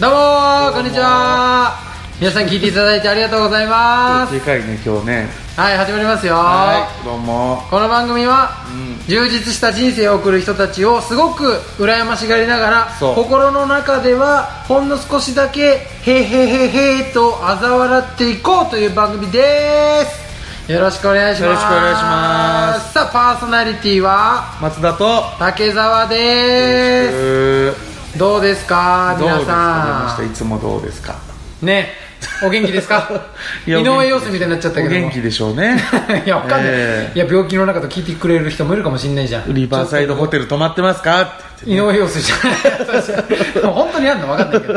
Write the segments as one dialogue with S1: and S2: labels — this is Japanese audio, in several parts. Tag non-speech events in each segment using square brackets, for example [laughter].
S1: どうもーこんにちは皆さん聞いていただいてありがとうございます
S2: でかいね今日ね
S1: はい始まりますよ
S2: はいどうも
S1: この番組は、
S2: うん
S1: 充実した人生を送る人たちをすごく羨ましがりながら
S2: そう
S1: 心の中ではほんの少しだけ「へーへーへーへーと嘲笑っていこうという番組ですよろしくお願いします
S2: よろしくお願いします
S1: さあパーソナリティは
S2: 松田と
S1: 竹澤で
S2: えー
S1: すどうですか
S2: どう
S1: 皆
S2: ですか
S1: さ
S2: 山下いつもどうですか
S1: んねお元気ですか
S2: [laughs] い
S1: 井
S2: やお元気
S1: 上陽水みたいになっちゃったけど
S2: お
S1: も
S2: 元気でしょうね
S1: [laughs] いやわかんない、
S2: え
S1: いや病気の中と聞いてくれる人もいるかもしれないじゃん
S2: ーリバーサイドホテル泊まってますかって言っ
S1: 井上
S2: て
S1: 陽水じゃない [laughs] 本当にあるの分かんないけど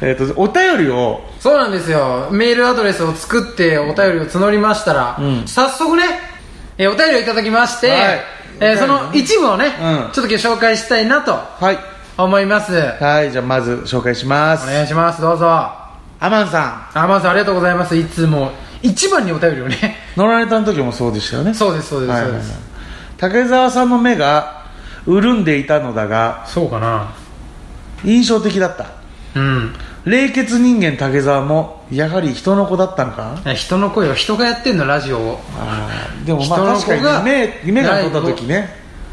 S2: [laughs] えーとお便りを
S1: そうなんですよメールアドレスを作ってお便りを募りましたら、
S2: うん
S1: 早速ね、えーお便りをいただきまして、
S2: はい
S1: えーそ
S2: お便り
S1: の
S2: ね
S1: 一部をね、
S2: うん
S1: ちょっと今日紹介したいなと
S2: はい
S1: 思います
S2: はいじゃあまず紹介しま
S1: お
S2: す
S1: 願いしますどうぞア
S2: アマンさ
S1: マンさんありがとうございますいつも一番にお便りをね [laughs]
S2: ん乗られた時もそうでしたよね
S1: そうですそうです、
S2: はい
S1: そ
S2: は
S1: う
S2: い
S1: で
S2: はい
S1: す
S2: 竹澤さんの目が潤んでいたのだが
S1: そうかな
S2: 印象的だった
S1: うん
S2: 冷血人間竹澤もやはり人の子だったのか
S1: 人の声を人がやってんのラジオを
S2: あーでもまあ確
S1: 人の子が
S2: かにね目目が取った時ね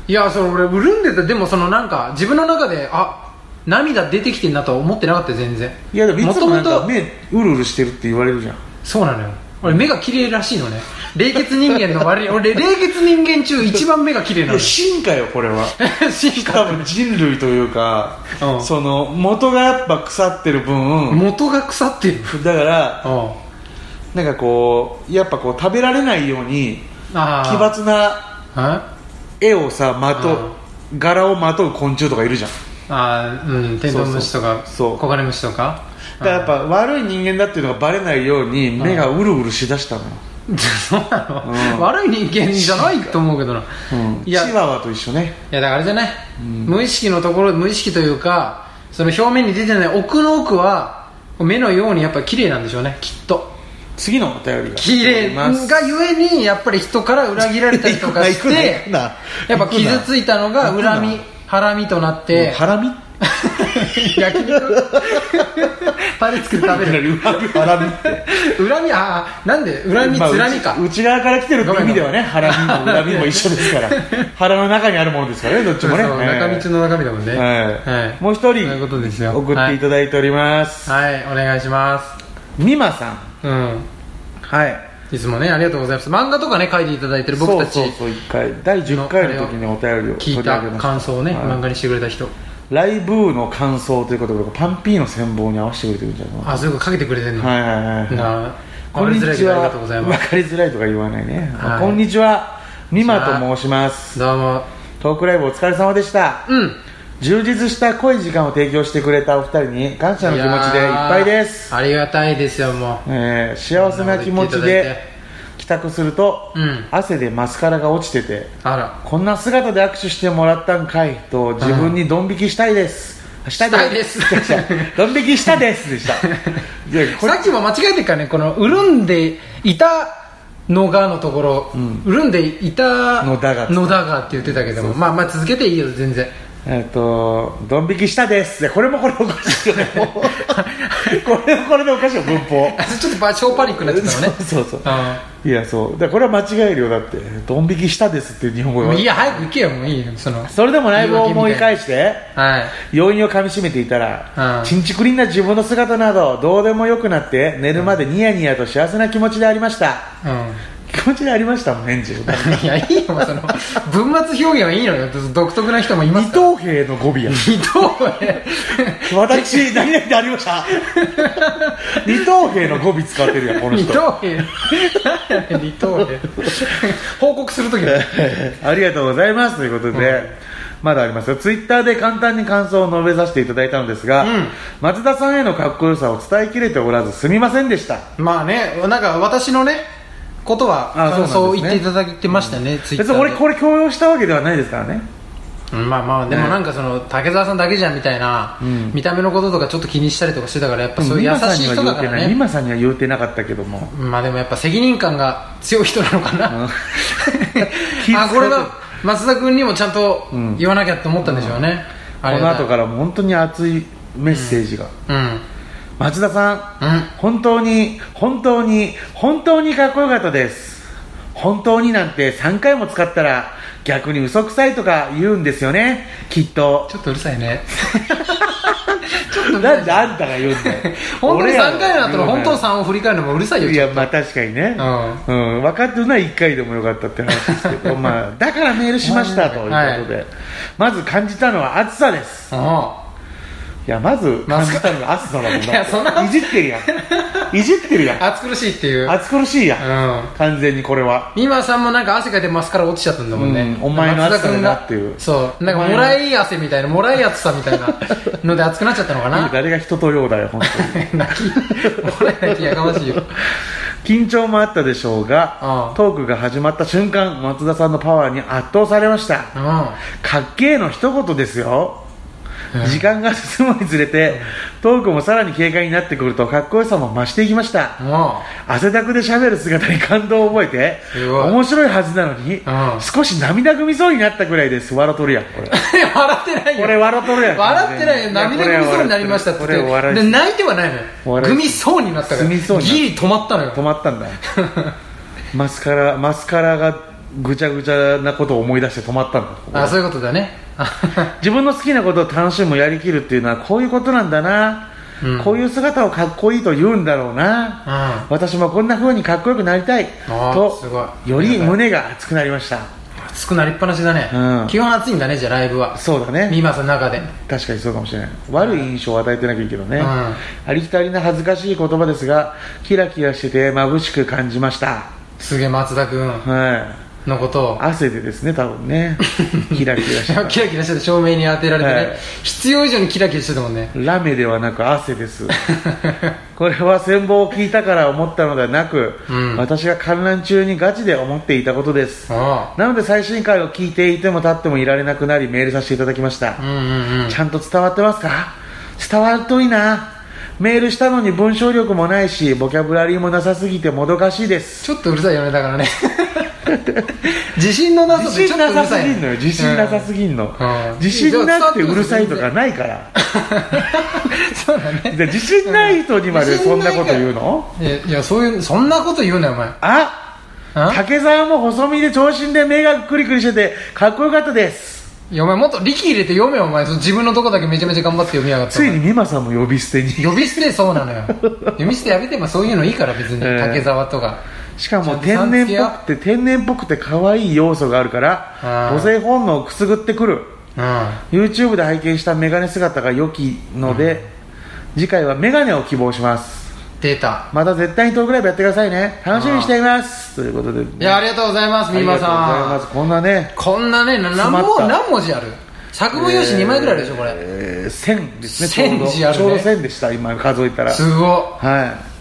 S1: いやそれ俺潤んでたでもそのなんか自分の中であ涙出てきてんなとは思ってなかったよ全然
S2: いやでもいつもなん
S1: 元
S2: か
S1: 々
S2: 目うるうるしてるって言われるじゃん
S1: そうなのよ俺目が綺麗らしいのね冷血人間の割に
S2: [laughs]
S1: 俺冷血人間中一番目が綺麗
S2: い
S1: な
S2: [laughs]
S1: の
S2: や進化よこれ [laughs] は
S1: 進
S2: 多
S1: 化
S2: 分人類というか、
S1: うん
S2: その元がやっぱ腐ってる分、
S1: 元が腐ってる
S2: だから
S1: うん
S2: なんかこうやっぱこう食べられないように
S1: あ
S2: 奇
S1: ー
S2: 抜な
S1: あ
S2: 絵をさまと柄をまとう昆虫とかいるじゃん
S1: あーうんテントウムシとか
S2: そうそうそう
S1: コガネムシとか
S2: だからやっぱ悪い人間だっていうのがバレないように目がうるうるしだしたのよ、
S1: うんそうなの、
S2: うん
S1: 悪い人間じゃないと思うけどな、
S2: うん、
S1: い
S2: チ
S1: や
S2: ワワと一緒ね
S1: いやだからあれじゃない、無意識のところ無意識というかその表面に出てない奥の奥は目のようにやっぱり綺麗なんでしょうねきっと
S2: 次のお便りが
S1: 綺麗
S2: ま
S1: が
S2: す
S1: ゆえにやっぱり人から裏切られたりとかし
S2: 行くな行
S1: て
S2: くな
S1: やっぱ傷ついたのが
S2: 行くな
S1: 恨み腹みとなって
S2: ハラミ
S1: 焼肉タレ作って食べ
S2: [laughs]
S1: る
S2: ハラミって
S1: 恨みああなんで恨み
S2: まあ
S1: つらみか
S2: 内内側から来てる
S1: ごめん
S2: 意味ではねハラミも恨みも一緒ですから腹の中にあるものですからねどっち
S1: そう
S2: もね
S1: 中道の中身だもんね
S2: はいもう一人
S1: そういうことですよ
S2: 送っていただいております
S1: はいお願いします
S2: 美馬さん
S1: うん
S2: はい
S1: いつもねありがとうございます漫画とかね書いていただいてる僕たち
S2: そうそうそう1回第10回の時にお便りを取り
S1: 聞
S2: 上
S1: い
S2: げま
S1: た
S2: した
S1: 感想をね、
S2: はい
S1: 漫画にしてくれた人
S2: ライブの感想ということでパンピーの戦望に合わせてくれてるんじゃないか
S1: あそういうことかけてくれてんの、
S2: なはいはいはい
S1: なあ
S2: こんにちは
S1: わかりづらいけどありがとうございます
S2: わかりづらいとか言わないね、
S1: はい
S2: こんにちは美馬と申します
S1: どうも
S2: トークライブお疲れ様でした
S1: うん
S2: 充実した濃い時間を提供してくれたお二人に感謝の気持ちでいっぱいです
S1: やーありがたいですよも
S2: えー幸せな気持ちで帰宅すると、
S1: うん
S2: 汗でマスカラが落ちてて
S1: うあら
S2: こんな姿で握手してもらったんかいと自分にドン引きしたいです、
S1: したいです
S2: 違う違うドン引きしたですでしたい
S1: [laughs]
S2: やこれ
S1: さっきも間違えてるからねこの潤んでいたのがのところ、
S2: ん
S1: 潤んでいた
S2: のだが
S1: のだがって言ってたけども、まあまあ続けていいよ全然 [laughs]
S2: えっと、ドン引きしたです。いやこれもこれもおかしいよ
S1: [laughs]
S2: ね。もうこれもこれでおかしいよ、文法。
S1: あちょっと場所パニックになっちゃった
S2: [laughs]
S1: のね
S2: そうそうそ
S1: あ
S2: う。いや、そう。だからこれは間違えるよ、だって。ドン引きしたですっていう日本語
S1: ーも
S2: は
S1: ういいや早く行けよもういいよそのはい
S2: それでもライブを思い返して、余韻をかみしめていた
S1: う
S2: ら、
S1: ん
S2: ちんちくりんな自分の姿など、どうでもよくなって、寝るまでニヤニヤと幸せな気持ちでありました。
S1: う
S2: 気持ちでありましたもん、返事。
S1: んいやいいよその文末表現はいいのよ独特な人もいま
S2: 二
S1: すから
S2: 等兵の語尾や。
S1: 二刀ね
S2: 私、何々であり
S1: [laughs]
S2: ました。二等兵の語尾使ってるやん、この
S1: 二
S2: 人。
S1: 刀流二刀流報告するときだ
S2: [laughs] ありがとうございますということで、まだありますよツイッターで簡単に感想を述べさせていただいたのですが、
S1: うん
S2: 松田さんへのかっこよさを伝えきれておらずすみませんでした
S1: まあねなんか私のねこと
S2: あ
S1: は
S2: そうなんですね
S1: そう言っていただいてましたねツイッ
S2: 別
S1: タ
S2: に俺
S1: ー
S2: これ強要したわけではないですからね
S1: でうんまあまあでもなんかその竹澤さんだけじゃんみたいな
S2: うん
S1: 見た目のこととかちょっと気にしたりとかしてたからやっぱそういう優
S2: 美馬さん
S1: しい
S2: には
S1: 人
S2: 言
S1: だ
S2: う
S1: か
S2: てな
S1: ら
S2: い美
S1: ね
S2: 馬さんには言うてなかったけども
S1: まあでもやっぱ責任感が強い人なのか [laughs] な
S2: 気遣う
S1: あこれは松田君にもちゃんと
S2: うん
S1: 言わなきゃって思ったんでしょうね
S2: こ
S1: あり
S2: の
S1: がたい
S2: 後からもう本当に熱いメッセージが、
S1: うん
S2: 松田さん
S1: うん
S2: 本当に本当に本当にかっこよかったです本当になんて3回も使ったら逆に嘘くさいとか言うんですよねきっと
S1: ちょっとうるさい
S2: [laughs]
S1: ねちょっとうるさい
S2: なんであんたが言うんだよ
S1: [laughs] 本当に3回だったら
S2: 俺
S1: 本
S2: やろ
S1: 当3を振り返るのもうるさいよ
S2: い
S1: ちょっ
S2: やまあ確かにね、
S1: と
S2: うん、分かってるのは1回でもよかったって話ですけ
S1: [laughs]
S2: ど、まあ、だからメールしましたということで、まず感じたのは暑さです
S1: うんう
S2: いやまず
S1: ま
S2: 感
S1: ず
S2: じたのは暑さだもん
S1: いやそんなこと
S2: いじってるやんいじってるや
S1: ん暑苦しいってい
S2: ん
S1: う
S2: 暑苦しいやん
S1: うん
S2: 完全にこれは
S1: 美馬さんもなんか汗かいてマスカラ落ちちゃったんだもんね、
S2: うんお前の暑さだなっていう
S1: 松田君がそうなんかもらい汗みたいなもらい暑さみたいなので熱くなっちゃったのかな
S2: 誰が人と用だよ本
S1: [laughs]
S2: 当に
S1: 泣きもらい泣きやかましいよ
S2: 緊張もあったでしょう
S1: う
S2: が
S1: ん
S2: トークが始まった瞬間松田さんのパワーに圧倒されました
S1: うん
S2: かっけーの一言ですよ
S1: うん
S2: 時間が進むにつれてトークもさらに軽快になってくるとかっこよさも増していきました
S1: も
S2: 汗だくで喋る姿に感動を覚えて
S1: すごい
S2: 面白いはずなのに
S1: ん
S2: 少し涙ぐみそうになったぐらいです笑とるやんこ
S1: [laughs]
S2: れ
S1: う笑ってないよ
S2: これ笑っとるやん
S1: 笑ってないよ涙ぐみそうになりましたって
S2: これ
S1: 言
S2: は
S1: っ
S2: 笑
S1: て
S2: い
S1: で泣いてはないのよ
S2: 笑い
S1: グミそうになったから
S2: グミそうになった
S1: ギリ止まったのよ
S2: 止まった
S1: [laughs]
S2: んだマスカラマスカラがぐちゃぐちゃなことを思い出して止まったんだ
S1: あそういうことだね [laughs]
S2: 自分の好きなことを楽しむやりきるっていうのはこういうことなんだな、
S1: うん
S2: こういう姿をかっこいいと言うんだろう
S1: う
S2: な、
S1: ん
S2: 私もこんな風にかっこよくなりたい
S1: あー
S2: と
S1: すごい
S2: より胸が熱くなりました
S1: 熱くなりっぱなしだね、
S2: うん
S1: 基本熱いんだねじゃあライブは
S2: そうだ
S1: 美
S2: ね
S1: 馬さんの中で
S2: 確かにそうかもしれない悪い印象を与えてなきゃいいけどね、
S1: うん
S2: ありきたりな恥ずかしい言葉ですがキラキラしてて眩しく感じました
S1: すげえ松田君
S2: はい
S1: のことを
S2: 汗でですね多
S1: [laughs]
S2: 分ねキラキラしてた
S1: キラキラしてて照明に当てられてね、
S2: はい
S1: 必要以上にキラキラしてたもんね
S2: ラメではなく汗です [laughs] これは戦望を聞いたから思ったのではなく、
S1: うん
S2: 私が観覧中にガチで思っていたことです
S1: あ
S2: なので最新回を聞いていても立ってもいられなくなりメールさせていただきました
S1: あ、うんうんうん
S2: ちゃんと伝わってますか伝わるといいなメールしたのに文章力もないしボキャブラリーもなさすぎてもどかしいです
S1: ちょっとうるさいよねだから
S2: [laughs]
S1: ね自信のなさ
S2: 自
S1: でちょっと
S2: 信
S1: う
S2: な
S1: る
S2: さ
S1: さい
S2: すぎんのよ自信なさすぎんの、
S1: うん
S2: 自信なくてうるさいとかないから
S1: ぎ [laughs] そうだね
S2: じゃあ自信ない人にまでそんなこと言うの
S1: いやいやそういうそんなこと言うなよお前
S2: あ
S1: あ
S2: 竹沢も細身で長身で目がクリクリしててかっこよかったです
S1: いやお前もっと力入れて読めよお前その自分のとこだけめちゃめちゃ頑張って読みやがったお
S2: つい
S1: 前
S2: に美馬さんも呼
S1: [laughs]
S2: び捨てに
S1: 呼び捨てそうなの
S2: [laughs]
S1: よ呼び捨てやめてもそういうのいいから別に、
S2: ええ
S1: 竹沢とか
S2: しかも
S1: ちゃん
S2: 天
S1: とさん
S2: 然
S1: 付
S2: っ
S1: け
S2: ぽくて天然っぽくて可愛い要素があるから
S1: あー
S2: 母性本能をくすぐってくる
S1: う
S2: YouTube で拝見したメガネ姿が良きので、次回はメガネを希望します
S1: んデータ
S2: また絶対にトークライブやってくださいね楽しみにしていますということで、
S1: いやありがとうございます
S2: あ
S1: み
S2: り
S1: ま
S2: がとうござい
S1: さ
S2: ま
S1: ん
S2: すこんなね
S1: こんなねな何
S2: 詰まっ
S1: 文
S2: た
S1: 何文字ある作文用紙2枚ぐらいあるでしょこれ、
S2: えー1000ですねちょうど
S1: 1000字あるね
S2: ちょうど1000でした今数えたら
S1: すご
S2: はい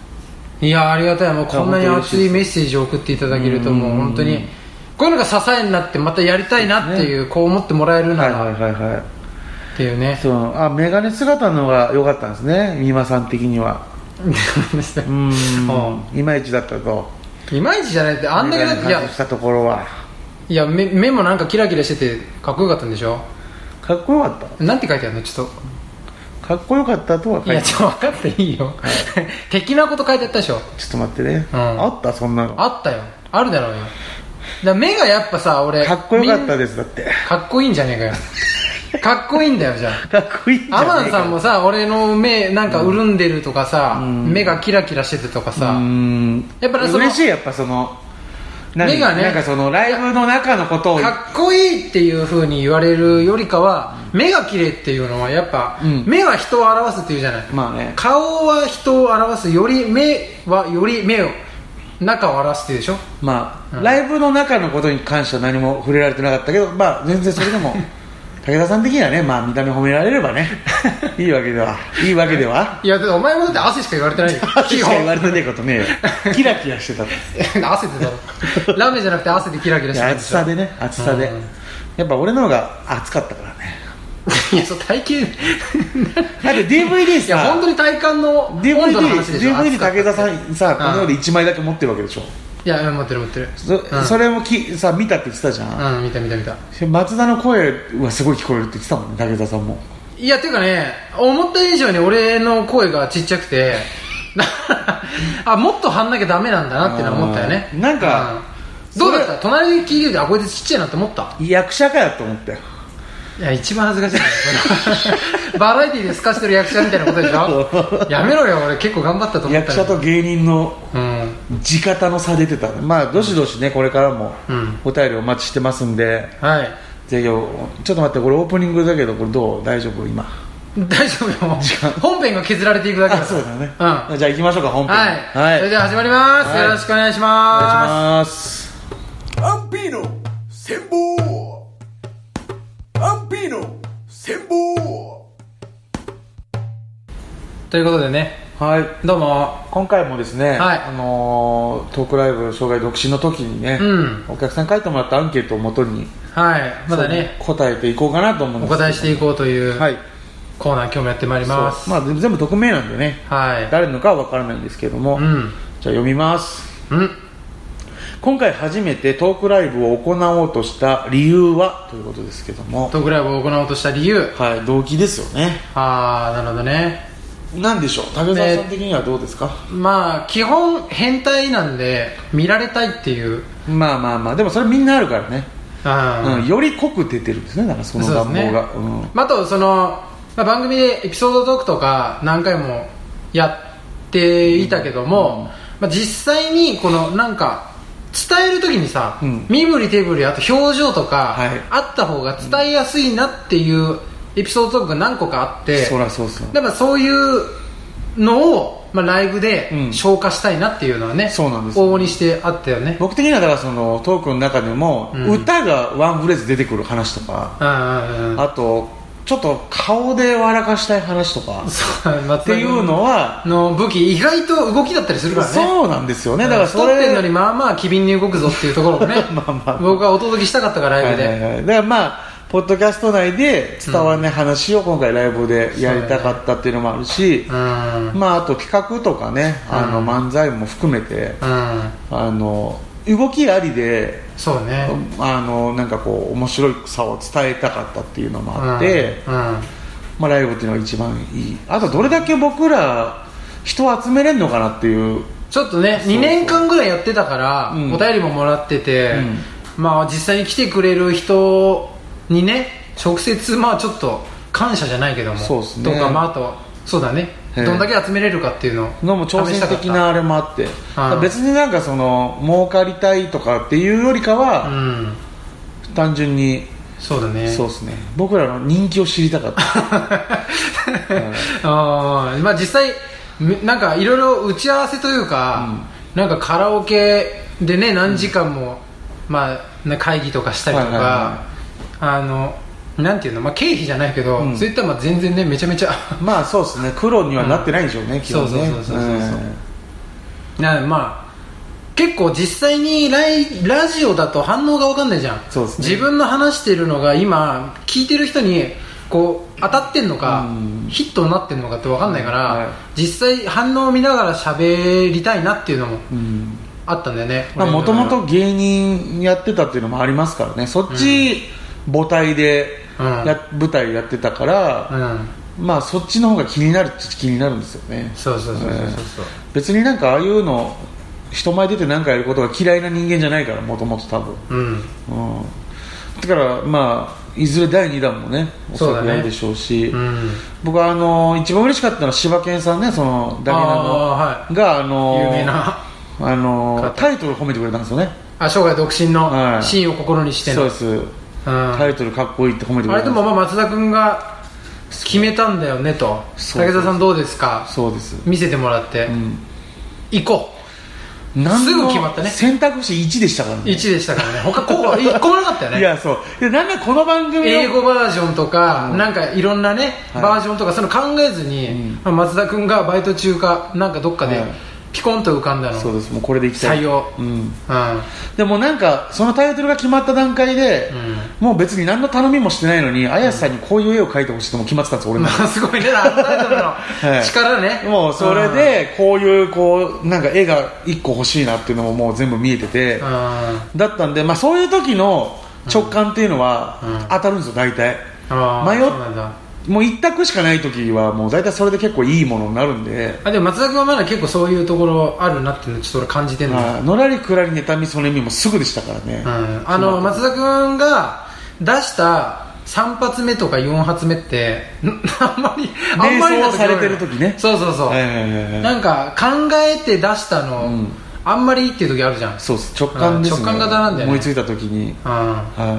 S1: いいやありがたいもうこんなに熱いメッセージを送っていただけるともう本当にこういうのが支えになってまたやりたいなっていうこう思ってもらえるな
S2: はいはい
S1: ら
S2: はいはい
S1: っていうね
S2: そのあメガネ姿の方が良かったんですね美馬さん的にはうーんいまいちだったと
S1: いまいちじゃないってあんだけだってい
S2: メガ
S1: や
S2: ネ外したところはい
S1: や目目もなんかキラキラしててかっこよかったんでしょ
S2: かっこよかっ
S1: なんて書いてあるのちょった
S2: かっこよかったとは
S1: と
S2: 書い
S1: い
S2: てな
S1: や
S2: いち
S1: ち
S2: ょ
S1: ょっと分かっていいよ [laughs] 的なこと書いてあったでしょ
S2: っと待ってね、
S1: うん
S2: あったそんなの
S1: あったよあるだろうよだから目がやっぱさ俺
S2: かっこよかっ
S1: み
S2: た
S1: ん
S2: ですだって
S1: かっこいいんじゃねえかよかっこいいんだよじゃあ
S2: かっこいいじゃ
S1: ア
S2: ね
S1: マ
S2: えか
S1: ンさんもさ俺の目なんか潤んでるとかさ、
S2: うん
S1: 目がキラキラしててとかさ、
S2: うーん
S1: やっぱりその
S2: 嬉しいやっぱその何
S1: 目がね
S2: なんかそのライブの中のことを
S1: かっこいいっていう風に言われるよりかは、目が綺麗っていうのはやっぱ、
S2: うん
S1: 目は人を表すっていうじゃない、
S2: まあね
S1: 顔は人を表すより目はより目を中を表すっていうでしょ
S2: まあ、ライブの中のことに関しては何も触れられてなかったけど、まあ、全然それで
S1: [laughs]
S2: も武田さん的にはね、まあ、見た目褒められればねいいわけではいいわけではい
S1: やだってお前もだって汗しか言われて
S2: [laughs]
S1: ないよ
S2: しか言われてねえことね
S1: [laughs]
S2: えよキラキラしてたって
S1: 基本汗でだ
S2: [laughs]
S1: ろラメじゃなくて汗でキラキラ
S2: い
S1: して
S2: や
S1: るで
S2: 暑
S1: しょ
S2: さでね暑さで、
S1: うん
S2: やっぱ俺の方が暑かったからね
S1: いやそう体型
S2: だって DVD
S1: いや本
S2: さ
S1: 当に体感の温度の話でしょ
S2: DVDDVD 武田さ
S1: い
S2: んさこの世で1枚だけ持ってるわけでしょ
S1: やいや持ってる持ってる
S2: そ,、
S1: うん、
S2: それもきさ見たって言ってたじゃん、
S1: うん見た見た見た
S2: 松田の声はすごい聞こえるって言ってたもんね武田さんも
S1: いやていうかね思った以上に俺の声がちっちゃくて [laughs] あもっと張んなきゃダメなんだなってのは思ったよね
S2: あーなんか
S1: うんどうだった隣で聞いててあこいつちっちゃいなって思った
S2: 役者かよと思ったよ
S1: いや一番恥ずかしいねそれ [laughs] バラエティーで透かしてる役者みたいなことでし
S2: [laughs]
S1: ょやめろよ俺結構頑張ったと思っ
S2: 役
S1: た
S2: 者と芸人の
S1: うん
S2: 地方の差出てたねまあどしどしねこれからも
S1: うん
S2: お便りお待ちしてますんで
S1: はい
S2: ぜひおちょっと待ってこれオープニングだけどこれどう大丈夫今
S1: 大丈夫よ本編が削られていくだけ
S2: あ
S1: だ
S2: そうだね、
S1: うん
S2: じゃあ行きましょうか本編
S1: はい、
S2: はい
S1: それでは始まります、
S2: はい
S1: よろしくお願いし
S2: お願いし
S1: ま
S2: ます
S3: アンピーノ戦法アンピーノ戦法
S1: すということでね
S2: はい
S1: どうも
S2: 今回もですね、
S1: はい
S2: あのートークライブ障害独身の時にね、
S1: うん
S2: お客さんに書いてもらったアンケートをもとに
S1: はいまだね
S2: そう答えていこうかなと思うん
S1: お
S2: ですけど
S1: 答えしていこうという
S2: はい
S1: コーナー今日もやってまいります、
S2: そうまあ、全部匿名なんでね
S1: はい
S2: 誰のかは分からないんですけども、
S1: う
S2: じゃあ
S1: ん
S2: 読みます
S1: うん
S2: 今回初めてトークライブを行おうとした理由はということですけども
S1: トークライブを行おうとした理由
S2: はい動機ですよね
S1: ああなるほどね
S2: なんでしょう竹澤さん的にはどうですか、
S1: まあ基本変態なんで見られたいっていう
S2: まあまあまあでもそれみんなあるからね、
S1: うん
S2: うん、より濃く出てるんですねなんかその
S1: そうです
S2: 願望
S1: ね
S2: がうん
S1: あとその、まあ、番組でエピソードトークとか何回もやっていたけども、まあ、実際にこのなんか伝える時にさ、
S2: うん
S1: 身振り手振りあと表情とか、
S2: はい
S1: あった方が伝えやすいなっていうエピソードトークが何個かあって
S2: そりゃそうっすよ
S1: だからそういうのを、まあ、ライブ
S2: うん
S1: で消化したいなっていうのはね、
S2: そうなんですよ
S1: 往々にしてあったよね
S2: 僕的にはだからそのトークの中でも、
S1: うん
S2: 歌がワンフレーズ出てくる話とか、
S1: うんうんうん
S2: あとちょっと顔で笑かしたい話とか
S1: [laughs] そう松田君
S2: っていうのは、
S1: の武器意外と動きだったりするからね
S2: そうなんですよねだからそ
S1: 太って
S2: れ
S1: んのにまあまあ機敏に動くぞっていうところをね
S2: [laughs] まあまあ
S1: 僕はお届けしたかったからライブで、
S2: はいはいはいだからまあポッドキャスト内で伝わらない話を今回ライブでやりたかったっていうのもあるし、
S1: うん
S2: まああと企画とかねあの
S1: うん
S2: 漫才も含めて
S1: うん
S2: あの動きありで
S1: そうね
S2: あのなんかこう面白いさを伝えたかったっていうのもあって、
S1: うん
S2: まあ、ライブっていうのが一番いいあとどれだけ僕ら人を集めれるのかなっていう
S1: ちょっとね2年間ぐらいやってたから、
S2: うん
S1: お便りももらってて、
S2: うん
S1: まあ実際に来てくれる人にね直接まあちょっと感謝じゃないけども
S2: そうっすね
S1: とかまああとそうだね
S2: ええ
S1: どんだけ集めれるかっていうのを
S2: のも挑
S1: 試した
S2: 戦
S1: かっ
S2: 的
S1: た
S2: なあれもあって
S1: うん
S2: 別になんかその儲かりたいとかっていうよりか
S1: う
S2: は、
S1: ん
S2: 単純に
S1: そうだね
S2: そうですね僕らの人気を知りたかった
S1: [laughs] あーまあ実際みなんかいろいろ打ち合わせというか、なんかカラオケでね何時間も、まあね、会議とかしたりとか、
S2: はいはいは
S1: あのなんていうの、まあ、経費じゃないけど、
S2: うん
S1: そういったらまあ全然ねめちゃめちゃ
S2: まあそうですね苦労にはなってないんでしょうね、基本ね
S1: そうそうそうそうそうそうんなまあ結構実際にライラジオだと反応が分かんないじゃん
S2: そうですね
S1: 自分の話してるのが今聞いてる人にこう当たってんのか、
S2: うん
S1: ヒットになってんのかって分かんないから、
S2: はい
S1: 実際反応を見ながら喋りたいなっていうのも
S2: うん
S1: あったんだよね
S2: まあもともと芸人やってたっていうのもありますからねそっち母体でや、舞台やってたから、
S1: うん
S2: まあそっちの方が気になるっちゃ気になるんですよね
S1: そうそうそうそうそうそう
S2: 別になんかああいうの人前出て何かやることが嫌いな人間じゃないからもともと多分
S1: うん
S2: うんだからまあいずれ第2弾もねおそら
S1: そう
S2: く
S1: だね
S2: やるでしょうし
S1: うん
S2: 僕はあの一番嬉しかったのは柴犬さんねそのダゲ
S1: あ
S2: ナのがあの
S1: 有名な
S2: あの
S1: 方
S2: タイトル褒めてくれたんですよね
S1: あ生涯独身
S2: は
S1: の
S2: い
S1: シーンを心にして
S2: そう
S1: の、
S2: です
S1: うん、
S2: タ
S1: あ
S2: イトルかっこいいって褒めてくれ
S1: れ
S2: た
S1: で
S2: んです
S1: もまあ松田君が決めたんだよねと
S2: そうそう
S1: 武田さんどうですか
S2: そうです
S1: 見せてもらって、
S2: ん
S1: 行こ
S2: 何の
S1: すぐ決まったね
S2: 選択肢1でしたから
S1: う
S2: ね
S1: 1でしたからね他候
S2: [laughs]
S1: 補1個もなかったよ
S2: い
S1: ね
S2: やそうでなんかこの番組の
S1: 英語バージョンとか、なんかいろんなね、
S2: はい
S1: バージョンとかその考えずに、まあ松田君がバイト中かなんかどっかで
S2: はい
S1: ピコンと浮かんだの、
S2: そうですもうこれでいきたい
S1: 採用
S2: うん、
S1: うん
S2: でもなんかそのタイトルが決まった段階で、もう別に何の頼みもしてないのに綾瀬さんにこういう絵を描いてほしいとも決まってたんです
S1: [laughs]
S2: 俺の中
S1: まあすごいね、あのタイトル
S2: い
S1: の力ね、
S2: でもうそれでこういうこうなんか絵が1個欲しいなっていうのももう全部見えてて
S1: うん、うん
S2: だったんで、まあ、そういう時の直感っていうのは
S1: うん
S2: 当たるんですよ大体
S1: あー
S2: 迷っ
S1: そうなんだ
S2: もう一択しかない時はもう大体それで結構いいものになるんで
S1: あでも松田君はまだ結構そういうところあるなっていうのちょっと俺感じてるんだ
S2: まあのらりくらり妬みその意味もすぐでしたからね、
S1: うんあの松田君が出した3発目とか4発目って [laughs] んあんまりあんまりな
S2: 瞑想されてる時ね
S1: そうそうそう、
S2: はいはいはいはい
S1: なんか考えて出したの、
S2: うん
S1: あんまりいいっていう時あるじゃん
S2: そうです直感ですね
S1: 直感型なんだよね
S2: 思いついた時に
S1: うん
S2: はい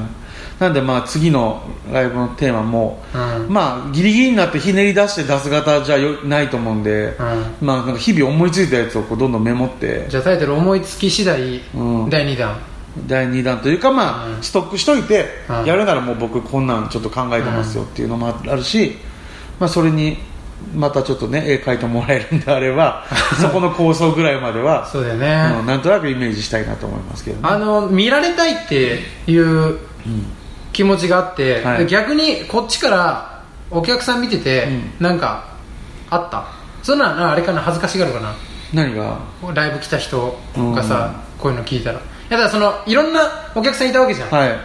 S2: なんでまあ次のライブのテーマも、
S1: うん
S2: まあギリギリになってひねり出して出す型じゃよないと思うんで、
S1: うん
S2: まあなんか日々思いついたやつをこうどんどんメモって
S1: じゃあタイトル思いつき次第、
S2: うん
S1: 第2弾
S2: 第2弾というかまあ、
S1: うん
S2: ストックしといて、
S1: うん
S2: やるならもう僕こんなんちょっと考えてますよっていうのもあるし、まあ、それにまたちょっとね絵描いてもらえるんであれば
S1: [laughs]
S2: そこの構想ぐらいまでは
S1: そうだよね、
S2: うんなんとなくイメージしたいなと思いますけど、ね、
S1: あの見られたいっていう気持ちがあって、
S2: はい
S1: で逆にこっちからお客さん見てて、なんかあったそんなのあれかな恥ずかしがるかな
S2: 何が
S1: ライブ来た人がさ、こういうの聞いたらいやだからそのいろんなお客さんいたわけじゃん、
S2: はい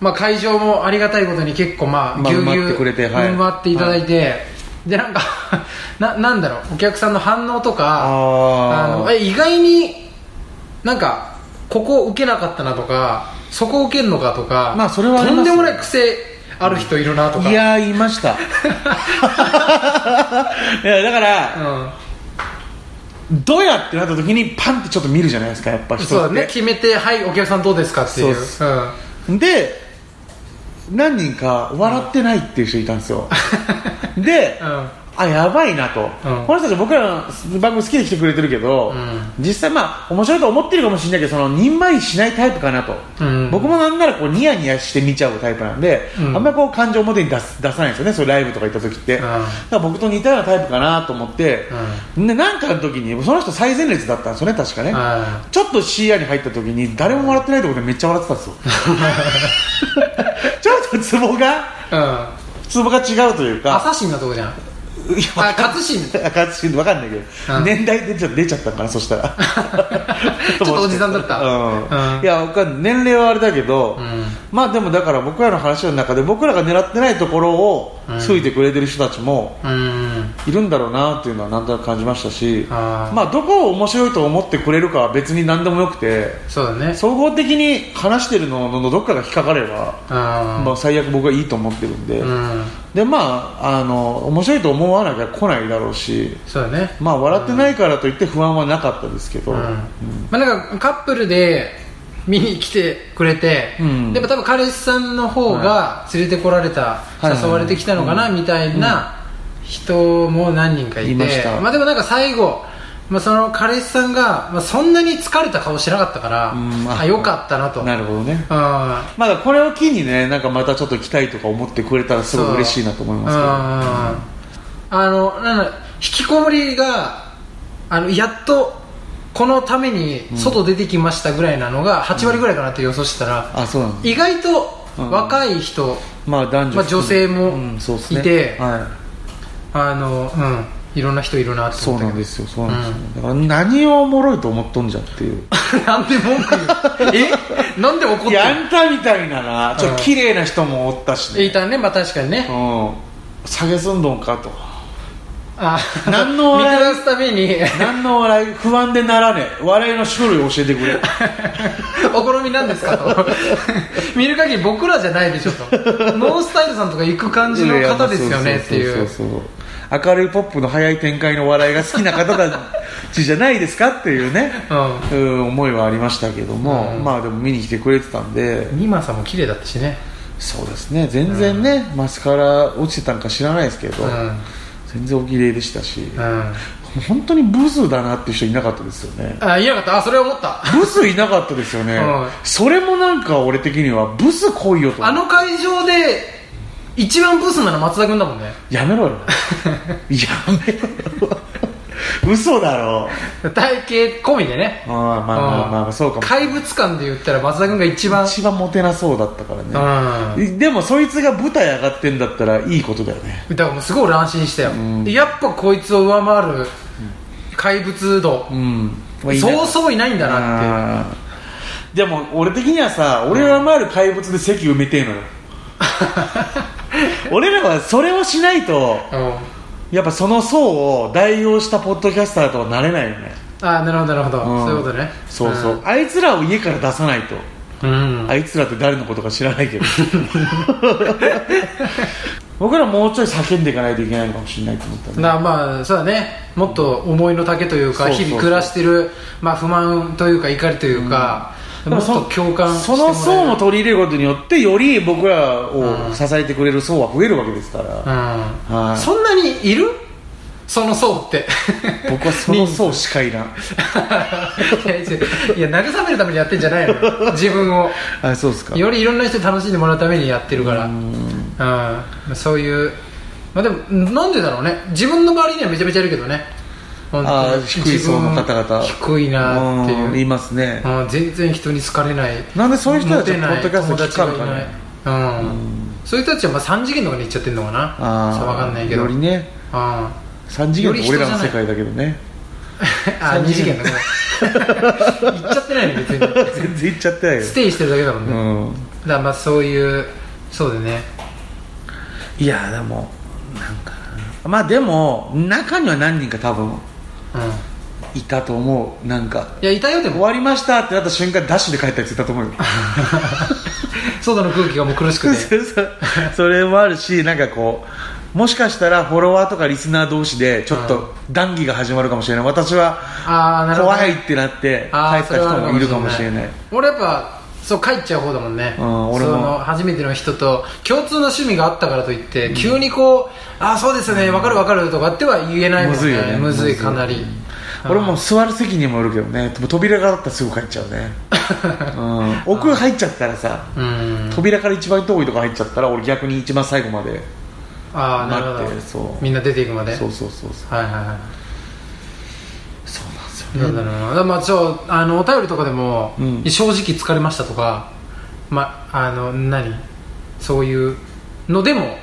S1: まあ、会場もありがたいことに結構まあ
S2: まあ
S1: ぎゅうぎゅ
S2: 埋ま
S1: う
S2: ってくれてはい
S1: 埋まっていただいて、でなんか [laughs] ななんだろうお客さんの反応とかあ
S2: あ
S1: のえ意外になんかここ受けなかったなとかそこ受けんのかとか、
S2: まあそれはあり
S1: と
S2: ます
S1: ん
S2: よ
S1: でもない癖ある人いるなとか、
S2: いやー [laughs] 言いましたいやだから、
S1: うん、
S2: どうやってなった時にパンってちょっと見るじゃないですかやっぱ人って
S1: そうだね決めてはいお客さんどうですかっていう
S2: そうっす
S1: ん
S2: で何人か笑ってないっていう人いたんです [laughs] よ、で、
S1: うん
S2: あやばいなと、
S1: うん
S2: この人たち僕らの番組好きで来てくれてるけど、
S1: うん
S2: 実際まあ面白いと思ってるかもしれないけどそのにんまりしないタイプかなと、
S1: うん
S2: 僕もなんならこうニヤニヤして見ちゃうタイプなんで、
S1: うん
S2: あんまりこう感情表に出す出さないんですよねそういうライブとか行った時っ
S1: ん
S2: て、だから僕と似たようなタイプかなと思って、でなんかの時にその人最前列だったんですよね確かね、
S1: うん
S2: ちょっと視野に入った時に誰も笑ってないところでめっちゃ笑ってたんですよ
S1: [laughs]
S2: ちょっとツボが
S1: うん
S2: ツボが違うという
S1: ア
S2: か
S1: サシンのとこじゃん
S2: いや
S1: あ勝新
S2: 赤字わかんないけど、
S1: うん
S2: 年代でちょっと出ちゃったんかなそしたら
S1: [laughs] ちょっとおじさんだった
S2: うん
S1: うん
S2: いやわかん年齢はあれだけど、
S1: ん
S2: まあでもだから僕らの話の中で僕らが狙ってないところを
S1: うん
S2: ついてくれてる人たちも
S1: うん
S2: いるんだろうなっていうのはなんとなく感じましたし
S1: あー
S2: まあどこを面白いと思ってくれるかは別に何でもよくて
S1: そうだね
S2: 総合的に話してるののどっかが引っかかれば、
S1: うん
S2: まあ、最悪僕はいいと思ってるんで、
S1: うん
S2: でまああの面白いと思わなきゃ来ないだろうし
S1: そうだね
S2: まあ笑ってないからといって不安はなかったですけど、
S1: うんまあなんかカップルで見に来てくれて、
S2: うん
S1: でも多分彼氏さんの方が連れてこられた、
S2: いはい
S1: 誘われてきたのかな、みたいな人も何人かいて
S2: いました
S1: あ、でもなんか最後、まあ、その彼氏さんが、まあ、そんなに疲れた顔してなかったから、
S2: うんあ
S1: あよかったなと
S2: なるほどね
S1: うん
S2: まだこれを機にねなんかまたちょっと来たいとか思ってくれたらすごい嬉しいなと思いますけ
S1: う
S2: ど
S1: んあのなんだ引きこもりがあのやっとこのために外出てきましたぐらいなのが8割ぐらいかなって予想してたら、
S2: あそうなんです
S1: 意外と若い人、
S2: まあ男女、
S1: まあ、女性も
S2: うんそうっすね
S1: いて、
S2: はい、
S1: あのうんいろんな人いるなって
S2: そ
S1: 思
S2: う
S1: ったけ
S2: なん
S1: ど
S2: ですよそうなんですよ、だから何をおもろいと思っとんじゃっていう
S1: なんで文句言うえなんで怒って
S2: い
S1: る
S2: やあんたみたいななちょっ
S1: うん
S2: と綺麗な人もおったしね
S1: いたねまあ確かにね
S2: うん下げすんどんかと
S1: あ
S2: 何の
S1: 見
S2: 笑い
S1: 下すために
S2: 何の笑い不安でならねえ笑いの種類教えてくれ
S1: [laughs] お好みなんですかと [laughs] 見る限り僕らじゃないでしょとノースタイルさんとか行く感じの方ですよねっていう
S2: そうそうそう明るいポップの早い展開の笑いが好きな方たちじゃないですかっていうね、うん思いはありましたけども、
S1: うん
S2: まあでも見に来てくれてたんで
S1: ニマさんも綺麗だったしね
S2: そうですね全然ね、マスカラ落ちてたんか知らないですけど、
S1: うん
S2: 全然お綺麗でしたし、
S1: う
S2: も
S1: ん
S2: う本当にブスだなっていう人いなかったですよ
S1: [laughs]
S2: ね
S1: あいなかったあそれ思った
S2: ブスいなかったですよね、
S1: うん
S2: それもなんか俺的にはブス来いよと
S1: あの会場で一番ブスなの松田君だもんね
S2: やめろよ
S1: [laughs]
S2: やめろよ嘘だろ
S1: 体型込みでね
S2: あーまあまあまあ、
S1: うん
S2: そうかも
S1: 怪物感で言ったら松田君が一番
S2: 一番モテなそうだったからね、でもそいつが舞台上がってんだったらいいことだよね
S1: うんだからもうすごい俺安心したよ、
S2: ん
S1: でやっぱこいつを上回る怪物度
S2: う、ん、まあいいな
S1: そうそういないんだなっていう
S2: あ
S1: [laughs]
S2: ーでも俺的にはさ俺を上回る怪物で席埋めてえのよ、俺らはそれをしないと
S1: うん
S2: やっぱその層を代用したポッドキャスターとはなれないよね、
S1: ああなるほどなるほど、
S2: ん
S1: そういうことね
S2: そうそう、あいつらを家から出さないと
S1: うん、うん
S2: あいつらって誰のことか知らない
S1: [laughs]
S2: けど僕らもうちょい叫んでいかないといけないのかもしれないと思ったね
S1: なまあそうだねもっと思いの丈というか、
S2: そうそうそう
S1: 日々暮らしてる、まあ、不満というか怒りというか、もっと共感しても
S2: そ
S1: らえ
S2: の
S1: る
S2: 層も取り入れることによってより僕らを支えてくれる層は増えるわけですから、
S1: うん、
S2: はい
S1: そんなにいるその層って
S2: [laughs] 僕はその層しかいらん
S1: いや違ういや慰めるためにやってんじゃないのよ自分を
S2: あそうですか
S1: よりいろんな人に楽しんでもらうためにやってるからうん、そういうまあでもなんでだろうね自分の周りにはめちゃめちゃいるけどね本当
S2: あー低い層の方々
S1: 自分低いなってい
S2: うん
S1: う
S2: 言いますね
S1: うん全然人に好かれない
S2: なんでそういう人たち
S1: モテない
S2: ポッドキャスト聞かんのかね
S1: 友達がいないうんそういう人たちはまあ3次元とかに行っちゃってるのかな
S2: あ
S1: さ
S2: あ
S1: わかんないけど
S2: よりね
S1: うんあ
S2: 3次元って俺らの世界だけどね
S1: 2次元だね
S2: [laughs]
S1: 行っちゃってないの別に
S2: 全然いっちゃってないよ
S1: ステイしてるだけだもん
S2: う
S1: ね、だか
S2: ん
S1: らまあそういうそうだね
S2: いやでもなんかなまあでも中には何人か多分
S1: うん
S2: いたと思うなんか
S1: いやいたよで
S2: 終
S1: も
S2: わりましたってなった瞬間ダッシュで帰ったやついたと思うよ
S1: 外の空気がもう苦しくて
S2: [laughs] そうそれもあるしなんかこうもしかしたらフォロワーとかリスナー同士でちょっ
S1: うん
S2: と談義が始まるかもしれない私は
S1: ああなるほど
S2: 怖いってなって帰
S1: あー
S2: った人もいるかもしれ
S1: そ
S2: ない
S1: はあ俺やっぱそう帰っちゃう方だもんね、
S2: うん俺も
S1: その初めての人と共通の趣味があったからといって、急にこう「ああそうですねわかるわかる」とかっては言えないもんね
S2: むずいよね
S1: むず
S2: むず
S1: い
S2: い
S1: かなり
S2: 俺も座る席にもよるけどね扉があったらすぐ帰っちゃ
S1: [laughs]
S2: うね、うん、奥入っちゃったらさ
S1: うん
S2: 扉から一番遠いとこ入っちゃったら俺逆に一番最後まで
S1: ああなる
S2: 待って
S1: ほど
S2: そう
S1: みんな出ていくまで
S2: そうそうそうそう
S1: はいはいはい
S2: そうなんですよ
S1: なんだろうな、まあ、ちょあのお便りとかでも、
S2: うん
S1: 正直疲れましたとか、まあ、あの何そういうのでも、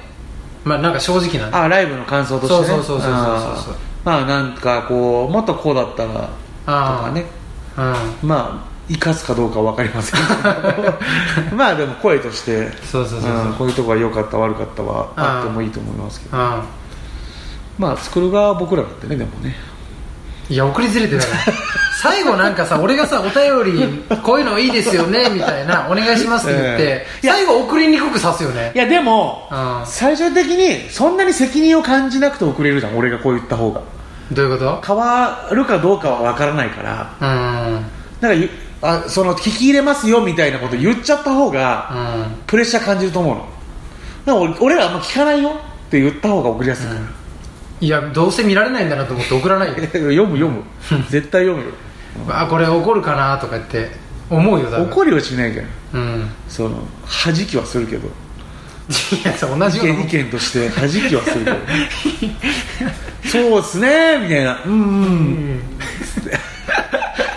S1: まあ、なんか正直なんで
S2: あライブの感想として、ね、
S1: そうそうそうそうそうそう
S2: あーまあなんかこうもっとこうだったらと
S1: あー
S2: かね
S1: うん、
S2: まあ生かすかどうかは分かりませんけ
S1: [laughs]
S2: どまあでも声として
S1: そうそうそうそう、
S2: うんこういうとこが良かった悪かったは
S1: あー
S2: あってもいいと思いますけど
S1: うん
S2: まあ作る側は僕らだってねでもね
S1: いや送りずれてたから最後なんかさ [laughs] 俺がさお便りこういうのいいですよねみたいなお願いしますって言って
S2: え、えいや
S1: 最後送りにくく刺すよね
S2: いやでも
S1: うん
S2: 最終的にそんなに責任を感じなくて送れるじゃん俺がこう言った方が
S1: どういうこと
S2: 変わるかどうかは分からないから
S1: うんうん
S2: なんかゆあその聞き入れますよみたいなこと言っちゃった方がプレッシャー感じると思うのだから俺俺らあんま聞かないよって言った方が送りやすいから、
S1: いやどうせ見られないんだなと思って送らないよ
S2: [laughs] 読む読む絶対読むよ
S1: あこれ怒るかなとか言って思うよだ
S2: 怒りはしないけど
S1: うん
S2: その弾きはするけど
S1: いやそう同
S2: 意
S1: じような
S2: 見
S1: も
S2: 意
S1: ん
S2: 見として弾きはす [laughs] るけどそうっすねみたいなうんうんうん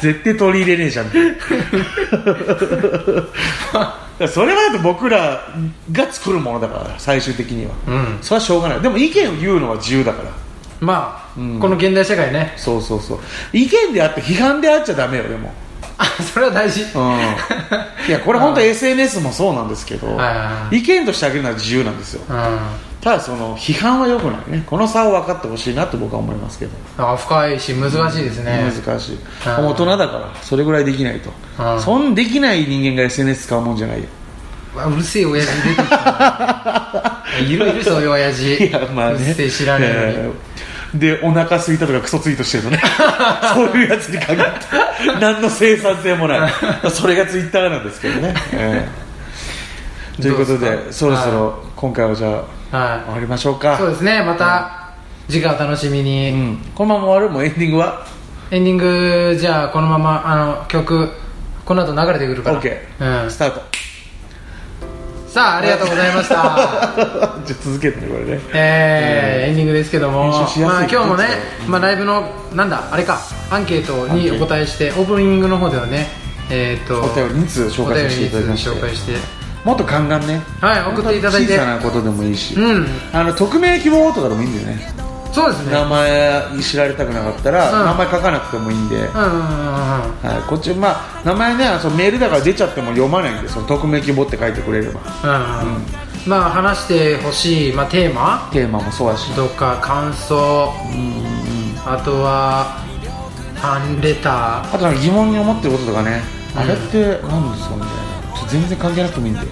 S2: 絶対取り入れねえじゃ [laughs] んってだからそれはだって僕らが作るものだから最終的には、
S1: うん
S2: それはしょうがないでも意見を言うのは自由だから
S1: まあ、
S2: うん
S1: この現代社会ね
S2: そうそうそう意見であって批判であっちゃダメよでも
S1: あそれは大事、
S2: うん
S1: [laughs]
S2: いやこれ本当 SNS もそうなんですけど
S1: はいはいはい
S2: 意見としてあげるのは自由なんですよ
S1: うんあ
S2: ただその批判は良くないねこの差を分かってほしいなと僕は思いますけど、
S1: 深いし難しいですね、
S2: 難しい
S1: あー
S2: 大人だからそれぐらいできないと
S1: あー
S2: そんできない人間が SNS 使うもんじゃないよ
S1: うわうるせえ親父出てき
S2: [laughs]
S1: たいるいるそういう親父
S2: いやまあ
S1: う
S2: ね
S1: っせえ知らねえのに、
S2: えーでお腹空いたとかクソツイートして
S1: [laughs]
S2: るとねそういうやつに限って何の生産性もないそれがツイッターなんですけどね、え
S1: [laughs]
S2: ーということ
S1: どう
S2: で
S1: ですか
S2: そろそろ今回はじゃあ終
S1: は
S2: わりましょう
S1: い、
S2: か
S1: そうですねまた次回お楽しみに、
S2: うん、このまま終わるもうエンディングは
S1: エンディングじゃあこのままあの曲この後流れてくるから、
S2: OK、
S1: うん
S2: スタート [laughs]
S1: さあありがとうございまし
S2: じ
S1: た
S2: ゃあ続けてねこれね
S1: [laughs] えーエンディングですけども、
S2: 編集しやすい
S1: まあ、今日もね
S2: こ、
S1: まあ、ライブのなんだあれかアンケート
S2: アンケ
S1: に
S2: ー
S1: お
S2: ト
S1: 答えしてオープニングの方ではねえー、と
S2: お便り2通紹介させていただきまして
S1: お便りについて紹介して
S2: もっとガンガンね
S1: はい送っていただいて
S2: 小さなことでもいいし、
S1: うん
S2: あの匿名希望とかでもいいんだよね
S1: そうですね
S2: 名前知られたくなかったら、
S1: うん
S2: 名前書かなくてもいいんで、
S1: うんうんうんうん
S2: はい、こっちまあ名前ねあのそのメールだから出ちゃっても読まないんでその匿名希望って書いてくれれば、
S1: うんうん
S2: うん
S1: まあ話してほしい、まあ、テーマ
S2: テーマもそうやし
S1: とか感想あとはファンレター
S2: あとなんか疑問に思ってることとかね、あれって何ですかみたいなちょっと全然関係なくてもいいんで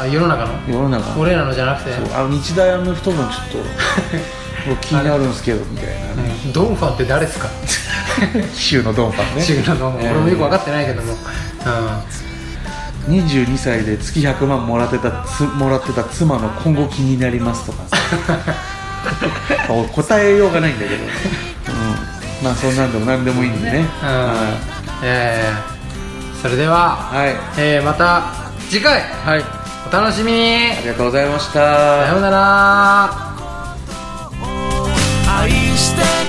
S1: あ世の中の
S2: 世の中
S1: 俺らのじゃなくて
S2: そうあの日大アメフト部のちょっと僕気になるんですけどみたい
S1: [laughs]
S2: なね
S1: ドンファンって誰ですか
S2: 州のドンファンね
S1: シグナルの
S2: えー
S1: 俺もよく分かってないけども、うん、
S2: 22歳で月100万もらってたつもらってた妻の今後気になりますとかさお答えようがないんだけど、うん、まあそんなんでも何でもいいんでね
S1: うん
S2: は
S1: えーそれでは、
S2: い、はい
S1: えーまた次回
S2: はい、
S1: お楽しみに
S2: ありがとうございました
S1: さようなら
S4: 愛してる